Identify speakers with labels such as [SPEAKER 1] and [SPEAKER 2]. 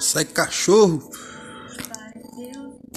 [SPEAKER 1] Sai cachorro!